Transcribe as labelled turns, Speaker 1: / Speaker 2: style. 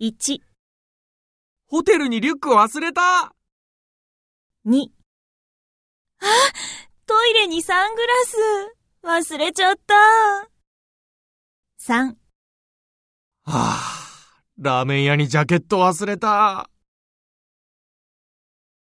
Speaker 1: 1、
Speaker 2: ホテルにリュック忘れた
Speaker 1: 2、
Speaker 3: トイレにサングラス。忘れちゃった。
Speaker 1: 3
Speaker 2: はぁ、ラーメン屋にジャケット忘れた